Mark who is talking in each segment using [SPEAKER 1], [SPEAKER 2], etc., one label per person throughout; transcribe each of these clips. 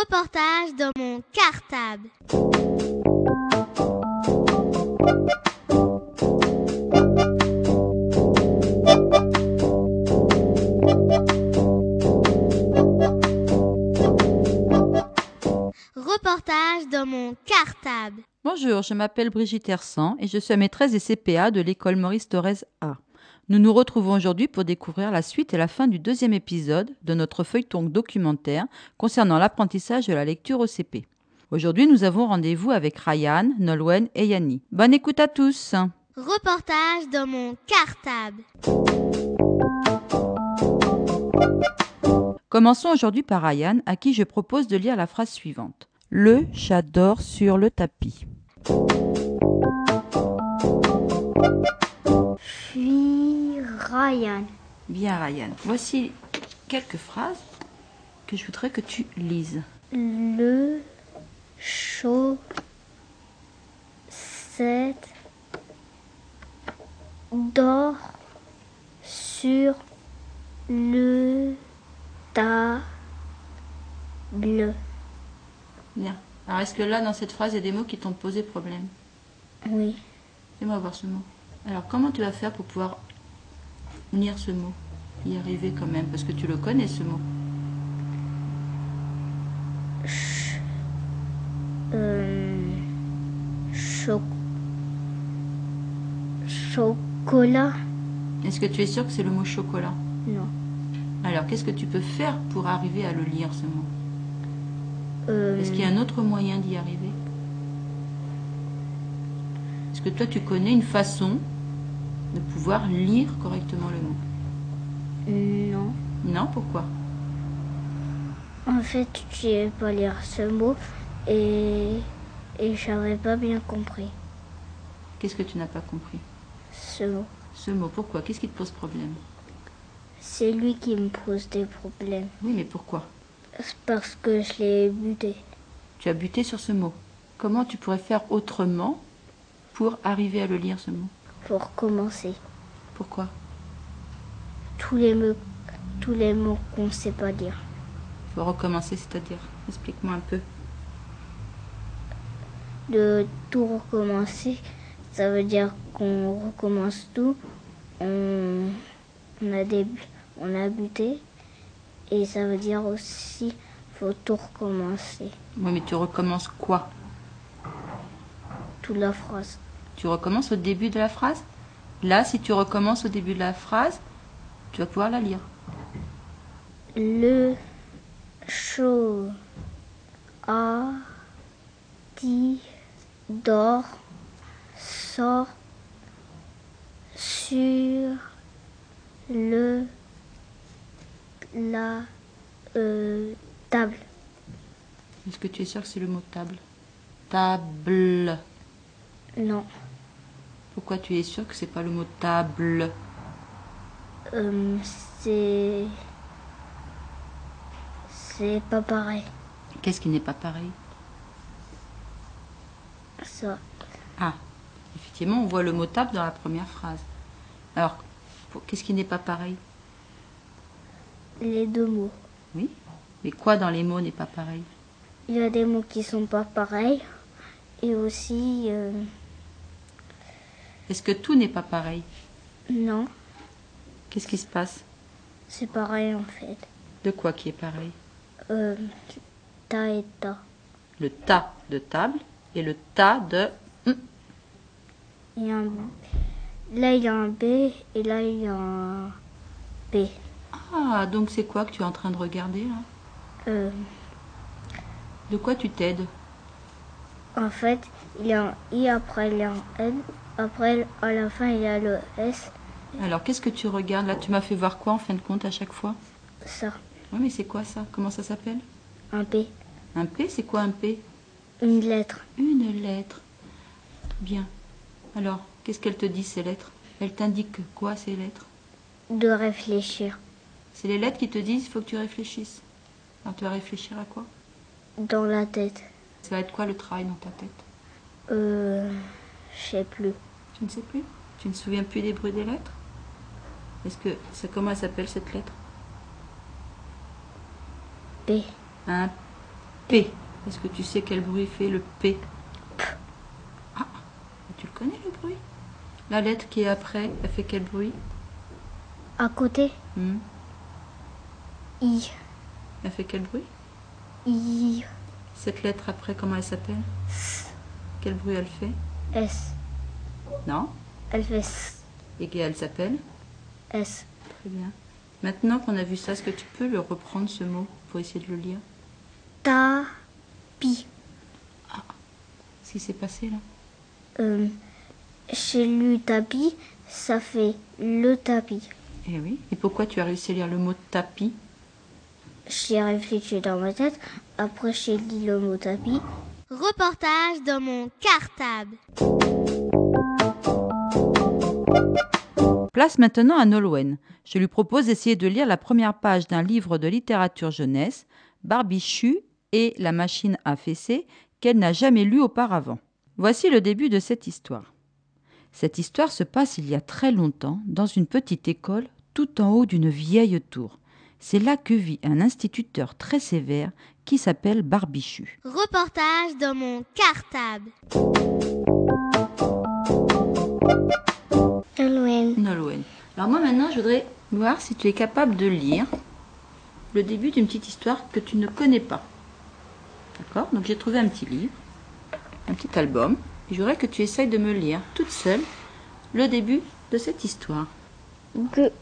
[SPEAKER 1] Reportage dans mon cartable. Reportage dans mon cartable.
[SPEAKER 2] Bonjour, je m'appelle Brigitte Hersan et je suis maîtresse des CPA de l'école Maurice Thorez A. Nous nous retrouvons aujourd'hui pour découvrir la suite et la fin du deuxième épisode de notre feuilleton documentaire concernant l'apprentissage de la lecture au CP. Aujourd'hui, nous avons rendez-vous avec Ryan, Nolwenn et Yanni. Bonne écoute à tous
[SPEAKER 1] Reportage dans mon cartable.
[SPEAKER 2] Commençons aujourd'hui par Ryan, à qui je propose de lire la phrase suivante. Le chat dort sur le tapis.
[SPEAKER 3] suis Ryan.
[SPEAKER 2] Bien Ryan, voici quelques phrases que je voudrais que tu lises.
[SPEAKER 3] Le chaussette dort sur le table.
[SPEAKER 2] Bien. Alors est-ce que là, dans cette phrase, il y a des mots qui t'ont posé problème
[SPEAKER 3] Oui.
[SPEAKER 2] Fais-moi voir ce mot. Alors comment tu vas faire pour pouvoir lire ce mot Y arriver quand même, parce que tu le connais ce mot.
[SPEAKER 3] Ch- euh, cho- chocolat.
[SPEAKER 2] Est-ce que tu es sûr que c'est le mot chocolat
[SPEAKER 3] Non.
[SPEAKER 2] Alors qu'est-ce que tu peux faire pour arriver à le lire ce mot
[SPEAKER 3] Euh,
[SPEAKER 2] Est-ce qu'il y a un autre moyen d'y arriver Est-ce que toi, tu connais une façon de pouvoir lire correctement le mot
[SPEAKER 3] non.
[SPEAKER 2] Non, pourquoi
[SPEAKER 3] En fait, je sais pas lire ce mot et, et j'avais pas bien compris
[SPEAKER 2] Qu'est-ce que tu n'as pas compris
[SPEAKER 3] ce mot.
[SPEAKER 2] Ce mot, pourquoi Qu'est-ce qui te pose problème
[SPEAKER 3] C'est lui qui me pose des problèmes
[SPEAKER 2] Oui, mais pourquoi
[SPEAKER 3] C'est parce que je l'ai buté.
[SPEAKER 2] Tu as buté sur ce mot. Comment tu pourrais faire autrement pour arriver à le lire, ce mot
[SPEAKER 3] Pour commencer,
[SPEAKER 2] Pourquoi
[SPEAKER 3] tous les mots, tous les mots qu'on sait pas dire.
[SPEAKER 2] Il faut recommencer, c'est-à-dire Explique-moi un peu.
[SPEAKER 3] De tout recommencer, ça veut dire qu'on recommence tout. On, on a des, on a buté et ça veut dire aussi faut tout recommencer.
[SPEAKER 2] Oui, mais tu recommences quoi
[SPEAKER 3] Toute la phrase.
[SPEAKER 2] Tu recommences au début de la phrase Là, si tu recommences au début de la phrase, tu vas pouvoir la lire.
[SPEAKER 3] Le chaud a dit dort sort sur le la euh, table
[SPEAKER 2] Est-ce que tu es sûr que c'est le mot table Table.
[SPEAKER 3] non
[SPEAKER 2] Pourquoi tu es sûr que c'est pas le mot table
[SPEAKER 3] euh, c'est c'est pas pareil
[SPEAKER 2] Qu'est-ce qui n'est pas pareil
[SPEAKER 3] ça
[SPEAKER 2] Ah, effectivement, on voit le mot table dans la première phrase. Alors, pour- qu'est-ce qui n'est pas pareil
[SPEAKER 3] les deux mots
[SPEAKER 2] Oui Mais quoi dans les mots n'est pas pareil
[SPEAKER 3] Il y a des mots qui sont pas pareils. Et aussi, euh,
[SPEAKER 2] Est-ce que tout n'est pas pareil
[SPEAKER 3] non,
[SPEAKER 2] Qu'est-ce qui se passe
[SPEAKER 3] c'est pareil en fait.
[SPEAKER 2] De quoi qui est pareil
[SPEAKER 3] Euh, ta et ta.
[SPEAKER 2] Le tas de table et le tas de... Hum,
[SPEAKER 3] Il y a un- Là, il y a un B et là, il y a un B.
[SPEAKER 2] Ah, donc c'est quoi que tu es en train de regarder là
[SPEAKER 3] Euh,
[SPEAKER 2] De quoi tu t'aides
[SPEAKER 3] en fait, il y a un I, après il y a un N, après à la fin, il y a le S,
[SPEAKER 2] Alors, qu'est-ce que tu regardes Là, tu m'as fait voir quoi en fin de compte à chaque fois
[SPEAKER 3] ça,
[SPEAKER 2] Oui, mais c'est quoi ça Comment ça s'appelle
[SPEAKER 3] un P,
[SPEAKER 2] Un P, c'est quoi un P
[SPEAKER 3] une lettre.
[SPEAKER 2] Une lettre. Bien. Alors, qu'est-ce qu'elle te dit ces lettres Elle t'indique quoi ces lettres
[SPEAKER 3] De réfléchir
[SPEAKER 2] C'est les lettres qui te disent il faut que tu réfléchisses. Alors, tu vas réfléchir à quoi
[SPEAKER 3] dans la tête.
[SPEAKER 2] Ça va être quoi le travail dans ta tête
[SPEAKER 3] Euh, je sais plus.
[SPEAKER 2] Tu ne sais plus Tu ne te souviens plus des bruits des lettres Est-ce que ça comment elle s'appelle cette lettre
[SPEAKER 3] B,
[SPEAKER 2] Un P. Est-ce que tu sais quel bruit fait le P Ah, tu le connais le bruit La lettre qui est après, elle fait quel bruit
[SPEAKER 3] À côté,
[SPEAKER 2] Hmm,
[SPEAKER 3] I.
[SPEAKER 2] Elle fait quel bruit
[SPEAKER 3] I.
[SPEAKER 2] Cette lettre après, comment elle s'appelle Quel bruit elle fait
[SPEAKER 3] S.
[SPEAKER 2] Non
[SPEAKER 3] Elle fait S.
[SPEAKER 2] Et elle s'appelle
[SPEAKER 3] S.
[SPEAKER 2] Très bien. Maintenant qu'on a vu ça, est-ce que tu peux le reprendre ce mot pour essayer de le lire
[SPEAKER 3] Ta. Pi.
[SPEAKER 2] Ce qui s'est passé là
[SPEAKER 3] Euh, chez le tapis, ça fait le tapis.
[SPEAKER 2] Eh oui. Et pourquoi tu as réussi à lire le mot tapis
[SPEAKER 3] J'ai réfléchi dans ma tête. Après, j'ai dit le mot tapis.
[SPEAKER 1] Reportage dans mon cartable.
[SPEAKER 2] Place maintenant à Nolwenn. Je lui propose d'essayer de lire la première page d'un livre de littérature jeunesse, Barbichu et la machine à fesser, qu'elle n'a jamais lu auparavant. Voici le début de cette histoire. Cette histoire se passe il y a très longtemps, dans une petite école, tout en haut d'une vieille tour. C'est là que vit un instituteur très sévère qui s'appelle Barbichu.
[SPEAKER 1] Reportage dans mon cartable.
[SPEAKER 3] Nolwenn.
[SPEAKER 2] Nolwenn. Alors moi maintenant, je voudrais voir si tu es capable de lire le début d'une petite histoire que tu ne connais pas. D'accord Donc j'ai trouvé un petit livre, un petit album. Et je voudrais que tu essayes de me lire toute seule le début de cette histoire.
[SPEAKER 3] Que.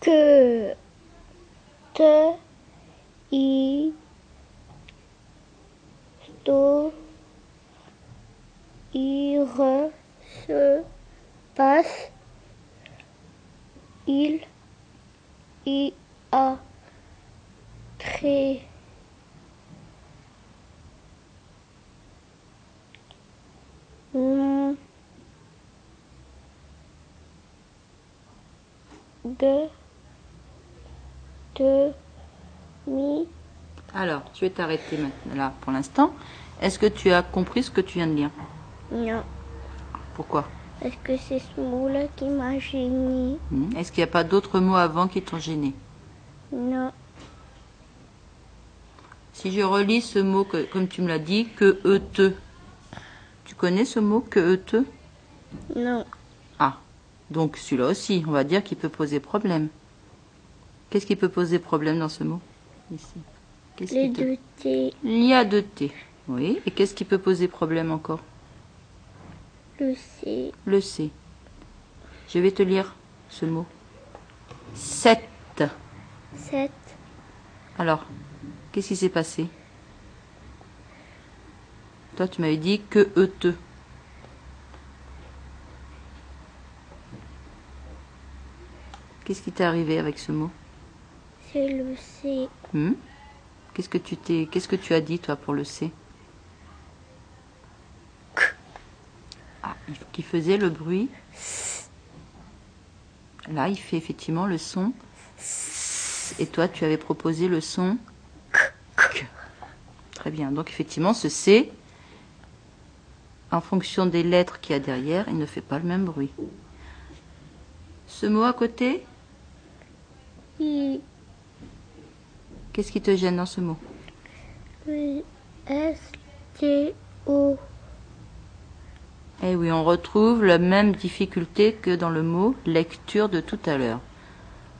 [SPEAKER 3] Que. Te. I. Sto. Il. Re. Se. Passe. Il. I. A. Très. Hum. de de mi
[SPEAKER 2] Alors, tu es arrêtée maintenant, là pour l'instant. Est-ce que tu as compris ce que tu viens de lire
[SPEAKER 3] non
[SPEAKER 2] Pourquoi
[SPEAKER 3] parce que c'est ce mot là qui m'a gêné
[SPEAKER 2] Hmm Est-ce qu'il n'y a pas d'autres mots avant qui t'ont gêné
[SPEAKER 3] non
[SPEAKER 2] Si je relis ce mot, que, comme tu me l'as dit, que e te. Tu connais ce mot que e te
[SPEAKER 3] non
[SPEAKER 2] Ah, donc celui-là aussi, on va dire qu'il peut poser problème. Qu'est-ce qui peut poser problème dans ce mot Ici. Qu'est-ce
[SPEAKER 3] les
[SPEAKER 2] qui te-
[SPEAKER 3] deux t
[SPEAKER 2] Il y a deux T. Oui, et qu'est-ce qui peut poser problème encore
[SPEAKER 3] le c
[SPEAKER 2] Le C. Je vais te lire ce mot. Sept.
[SPEAKER 3] 7
[SPEAKER 2] Alors, qu'est-ce qui s'est passé Toi, tu m'avais dit que e te. Qu'est-ce qui t'est arrivé avec ce mot
[SPEAKER 3] c'est le c
[SPEAKER 2] Hmm Qu'est-ce que tu t'es qu'est-ce que tu as dit toi pour le C Ah, il- qui faisait le bruit. Là, il fait effectivement le son. Et toi, tu avais proposé le son. Très bien. Donc effectivement, ce C en fonction des lettres qu'il y a derrière, il ne fait pas le même bruit. Ce mot à côté,
[SPEAKER 3] i
[SPEAKER 2] qu'est-ce qui te gêne dans ce mot
[SPEAKER 3] le s t o
[SPEAKER 2] Eh oui, on retrouve la même difficulté que dans le mot lecture de tout à l'heure.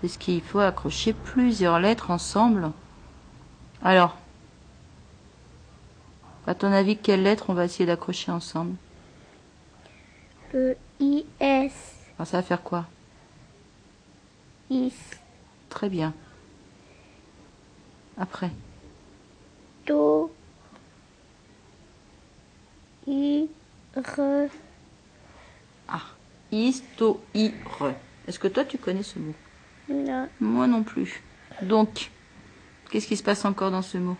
[SPEAKER 2] Puisqu'il faut accrocher plusieurs lettres ensemble. Alors, à ton avis, quelles lettres on va essayer d'accrocher ensemble
[SPEAKER 3] le i s
[SPEAKER 2] Alors, Ah, Ça va faire quoi
[SPEAKER 3] is
[SPEAKER 2] Très bien. Après,
[SPEAKER 3] do i re
[SPEAKER 2] ah, istoire. Est-ce que toi, tu connais ce mot
[SPEAKER 3] non
[SPEAKER 2] Moi non plus. Donc, qu'est-ce qui se passe encore dans ce mot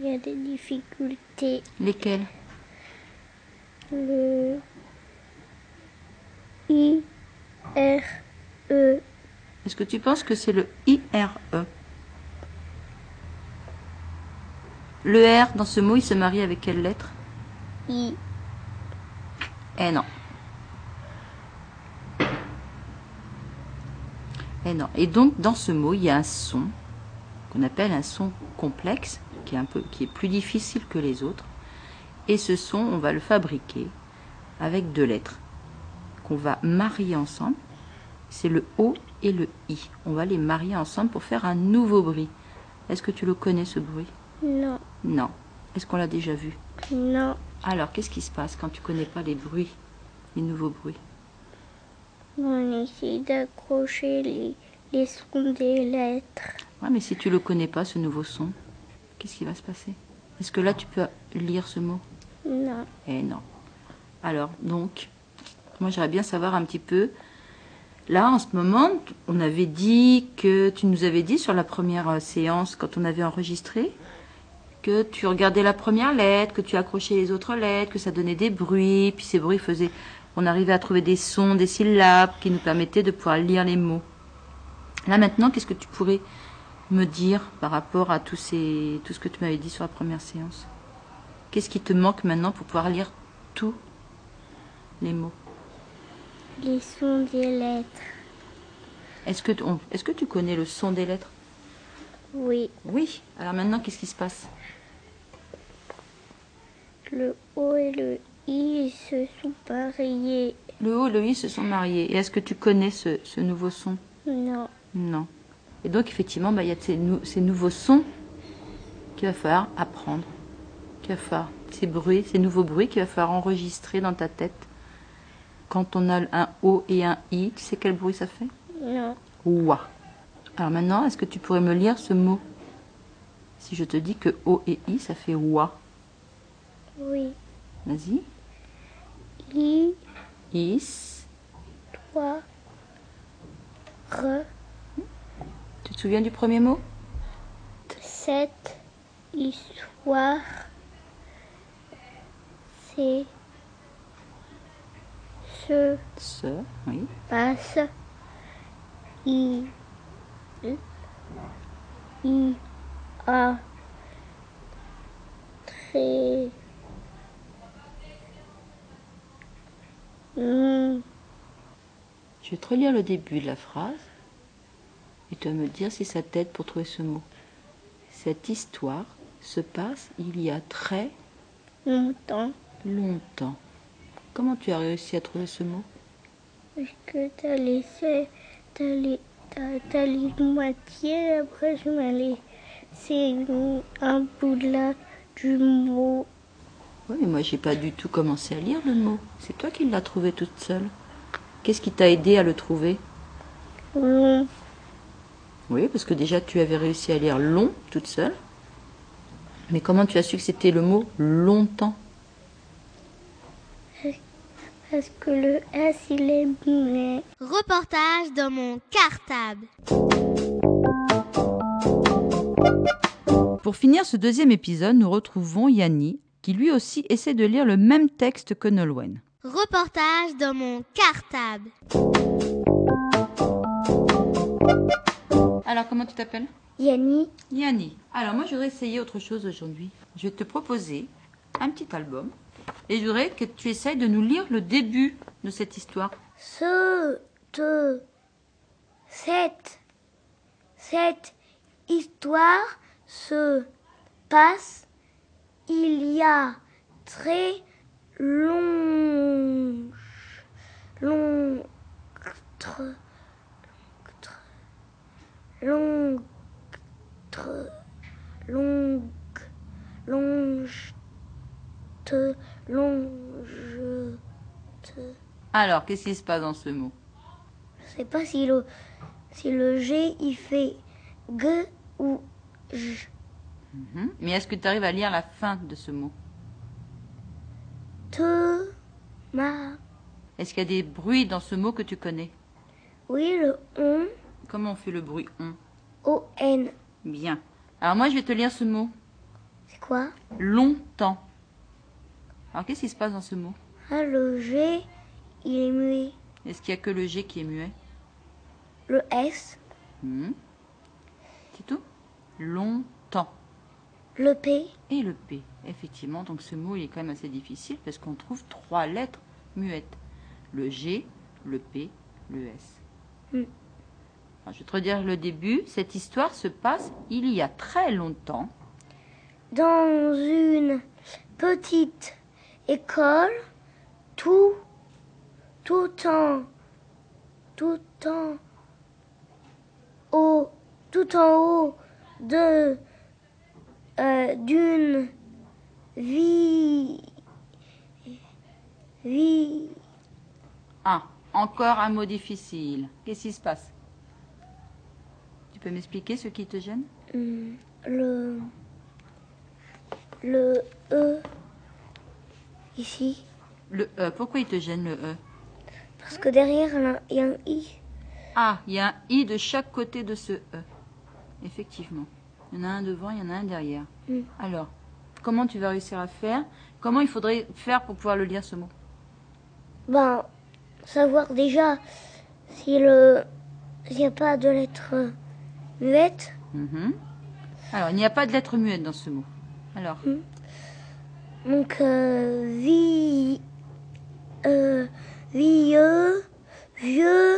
[SPEAKER 3] il y a des difficultés
[SPEAKER 2] Lesquels
[SPEAKER 3] le I R E
[SPEAKER 2] Est-ce que tu penses que c'est le E? IRE Le R, dans ce mot, il se marie avec quelle lettre
[SPEAKER 3] I
[SPEAKER 2] Eh non. Eh non. Et donc, dans ce mot, il y a un son qu'on appelle un son complexe qui est, un peu, qui est plus difficile que les autres. Et ce son, on va le fabriquer avec deux lettres qu'on va marier ensemble. C'est le O et le I. On va les marier ensemble pour faire un nouveau bruit. Est-ce que tu le connais ce bruit
[SPEAKER 3] Non,
[SPEAKER 2] Non. Est-ce qu'on l'a déjà vu
[SPEAKER 3] non.
[SPEAKER 2] Alors, qu'est-ce qui se passe quand tu connais pas les bruits, les nouveaux bruits
[SPEAKER 3] On essaie d'accrocher les, les sons des lettres.
[SPEAKER 2] Ouais, mais si tu le connais pas, ce nouveau son, qu'est-ce qui va se passer Est-ce que là, tu peux lire ce mot
[SPEAKER 3] Non.
[SPEAKER 2] Eh non. Alors, donc, moi j'aimerais bien savoir un petit peu. Là, en ce moment, on avait dit que tu nous avais dit sur la première euh, séance, quand on avait enregistré, que tu regardais la première lettre, que tu accrochais les autres lettres, que ça donnait des bruits, puis ces bruits faisaient. On arrivait à trouver des sons, des syllabes qui nous permettaient de pouvoir lire les mots. Là maintenant, qu'est-ce que tu pourrais me dire par rapport à tous ces, tout ce que tu m'avais dit sur la première séance Qu'est-ce qui te manque maintenant pour pouvoir lire tous les mots
[SPEAKER 3] Les sons des lettres.
[SPEAKER 2] Est-ce que, on- est-ce que tu connais le son des lettres
[SPEAKER 3] Oui.
[SPEAKER 2] Oui. Alors maintenant, qu'est-ce qui se passe
[SPEAKER 3] Le O et le I se sont pariés.
[SPEAKER 2] Le O et le I se sont mariés. Et est-ce que tu connais ce, ce nouveau son
[SPEAKER 3] Non.
[SPEAKER 2] Non. Et donc, effectivement, bah, il y a ces, nou- ces nouveaux sons qu'il va falloir apprendre. Qu'il va falloir, ces bruits, ces nouveaux bruits qu'il va falloir enregistrer dans ta tête. Quand on a un O et un I, tu sais quel bruit ça fait
[SPEAKER 3] Non.
[SPEAKER 2] Ouah. Alors maintenant, est-ce que tu pourrais me lire ce mot Si je te dis que O et I, ça fait ouah.
[SPEAKER 3] Oui.
[SPEAKER 2] Vas-y.
[SPEAKER 3] I,
[SPEAKER 2] Is.
[SPEAKER 3] toi, re,
[SPEAKER 2] Tu te souviens du premier mot
[SPEAKER 3] cette histoire, c'est, se
[SPEAKER 2] Ce, oui.
[SPEAKER 3] passe, il, il a très Hmm,
[SPEAKER 2] Je vais te relire le début de la phrase et tu vas me dire si ça t'aide pour trouver ce mot. Cette histoire se passe il y a très
[SPEAKER 3] longtemps.
[SPEAKER 2] longtemps. Comment tu as réussi à trouver ce mot
[SPEAKER 3] Parce que t'as laissé, t'as les- t'as- t'as les moitié, après je m'as laissé une- un bout de là du mot.
[SPEAKER 2] Oui, mais moi j'ai pas du tout commencé à lire le mot. C'est toi qui l'as trouvé toute seule. Qu'est-ce qui t'a aidé à le trouver
[SPEAKER 3] long.
[SPEAKER 2] Oui, parce que déjà tu avais réussi à lire long toute seule. Mais comment tu as su que c'était le mot longtemps
[SPEAKER 3] Parce que le S il est muet.
[SPEAKER 1] Reportage dans mon cartable.
[SPEAKER 2] Pour finir ce deuxième épisode, nous retrouvons Yanni, qui lui aussi essaie de lire le même texte que Nolwenn.
[SPEAKER 1] Reportage dans mon cartable.
[SPEAKER 2] Alors, comment tu t'appelles
[SPEAKER 3] Yanni,
[SPEAKER 2] Yanni. Alors, moi, j'aurais essayé autre chose aujourd'hui. Je vais te proposer un petit album et je voudrais que tu essayes de nous lire le début de cette histoire.
[SPEAKER 3] ce, deux, cette, cette histoire se passe il y a très long, long, tre- tre- long, tre- long, long, te- long, je te-
[SPEAKER 2] Alors, qu'est-ce qui se passe dans ce mot
[SPEAKER 3] je sais pas si le, si le G il fait G ou J.
[SPEAKER 2] Mhm. Mais est-ce que tu arrives à lire la fin de ce mot
[SPEAKER 3] Te, ma.
[SPEAKER 2] Est-ce qu'il y a des bruits dans ce mot que tu connais
[SPEAKER 3] Oui, le on,
[SPEAKER 2] Comment on fait le bruit on
[SPEAKER 3] O, N.
[SPEAKER 2] Bien. Alors, moi, je vais te lire ce mot.
[SPEAKER 3] C'est quoi
[SPEAKER 2] Longtemps. Alors, qu'est-ce qui se passe dans ce mot
[SPEAKER 3] Ah, le G il est muet.
[SPEAKER 2] Est-ce qu'il n'y a que le G qui est muet
[SPEAKER 3] Le S,
[SPEAKER 2] Hmm. C'est tout Longtemps.
[SPEAKER 3] le P,
[SPEAKER 2] Et le P. Effectivement, donc ce mot, il est quand même assez difficile parce qu'on trouve trois lettres muettes. Le G, le P, le S.
[SPEAKER 3] Hmm.
[SPEAKER 2] Alors, je vais te redire le début. Cette histoire se passe il y a très longtemps.
[SPEAKER 1] dans une petite école tout tout en tout en haut tout en haut de euh, d'une vie vie
[SPEAKER 2] Ah, encore un mot difficile. Qu'est-ce qui se passe Tu peux m'expliquer ce qui te gêne
[SPEAKER 1] Hum, le le e ici
[SPEAKER 2] Le E, pourquoi il te gêne le E
[SPEAKER 1] parce que derrière il y a un- il y a un i
[SPEAKER 2] Ah, il y a un I de chaque côté de ce E. Effectivement. Il y en a un devant, il y en a un derrière.
[SPEAKER 1] Mm.
[SPEAKER 2] Alors, comment tu vas réussir à faire Comment il faudrait faire pour pouvoir le lire ce mot
[SPEAKER 1] ben savoir déjà si le s'il n'y a pas de lettre muette
[SPEAKER 2] Mhm. Alors, il n'y a pas de lettre muette dans ce mot. Alors,
[SPEAKER 1] donc euh, vie euh, vieux vieux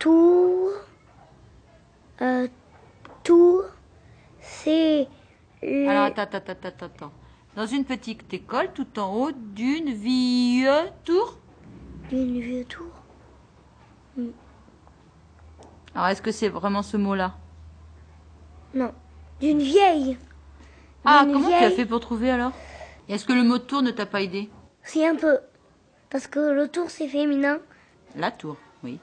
[SPEAKER 1] tour euh, tour c'est le-
[SPEAKER 2] alors attends, attends, attends, attends, attends. Dans une petite école, tout en haut d'une vieille tour.
[SPEAKER 1] une vieux tour
[SPEAKER 2] Alors, est-ce que c'est vraiment ce mot-là
[SPEAKER 1] Non, d'une vieille.
[SPEAKER 2] Ah,
[SPEAKER 1] D'une
[SPEAKER 2] comment tu as
[SPEAKER 1] vieille.
[SPEAKER 2] fait pour trouver alors Est-ce que le mot tour ne t'a pas aidé
[SPEAKER 1] Si un peu. Parce que le tour c'est féminin.
[SPEAKER 2] La tour, oui.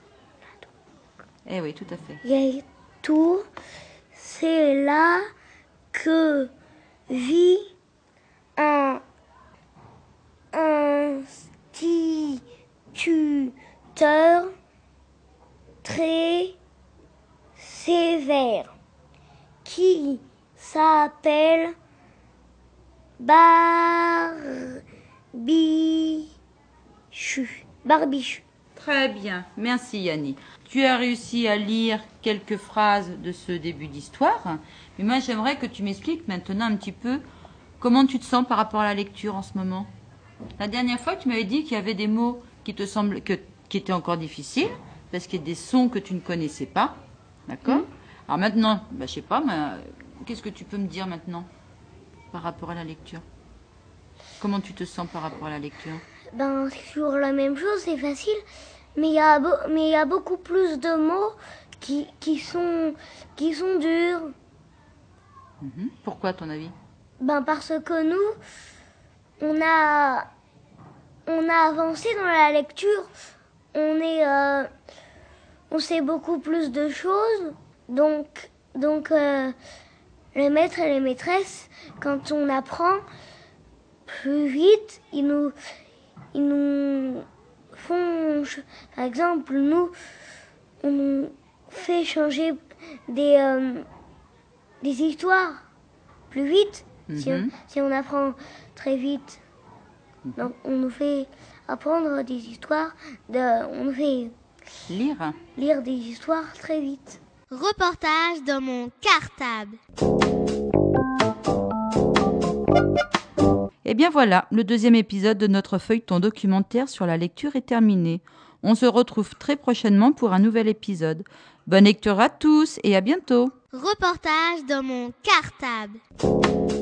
[SPEAKER 2] Eh oui, tout à fait.
[SPEAKER 1] Vieille tour, c'est là que vit un instituteur très sévère qui s'appelle Barbichu. Barbichu.
[SPEAKER 2] Très bien, merci Yanni. Tu as réussi à lire quelques phrases de ce début d'histoire, mais moi j'aimerais que tu m'expliques maintenant un petit peu comment tu te sens par rapport à la lecture en ce moment. La dernière fois, tu m'avais dit qu'il y avait des mots qui te semblent que, qui étaient encore difficiles, parce qu'il y a des sons que tu ne connaissais pas, d'accord Alors maintenant, bah, je sais pas, mais, euh, qu'est-ce que tu peux me dire maintenant par rapport à la lecture Comment tu te sens par rapport à la lecture
[SPEAKER 1] Ben, c'est toujours la même chose, c'est facile. Mais il y, a beau- mais il y a beaucoup plus de mots qui, qui, sont, qui sont durs.
[SPEAKER 2] Mhm. Pourquoi à ton avis
[SPEAKER 1] Ben, parce que nous, on a, on a avancé dans la lecture. On, est, euh, on sait beaucoup plus de choses. Donc, donc euh, les maîtres et les maîtresses, quand on apprend plus vite, ils nous, ils nous font. ch- Par exemple, nous, on nous fait changer des, euh, des histoires plus vite. Si on-
[SPEAKER 2] Mhm.
[SPEAKER 1] si on apprend très vite, donc on nous fait apprendre des histoires, de, on nous fait
[SPEAKER 2] Lire
[SPEAKER 1] lire des histoires très vite.
[SPEAKER 4] Reportage dans mon cartable.
[SPEAKER 2] Et Eh bien voilà, le deuxième épisode de notre feuilleton documentaire sur la lecture est terminé. On se retrouve très prochainement pour un nouvel épisode. Bonne lecture à tous et à bientôt
[SPEAKER 4] Reportage dans mon cartable.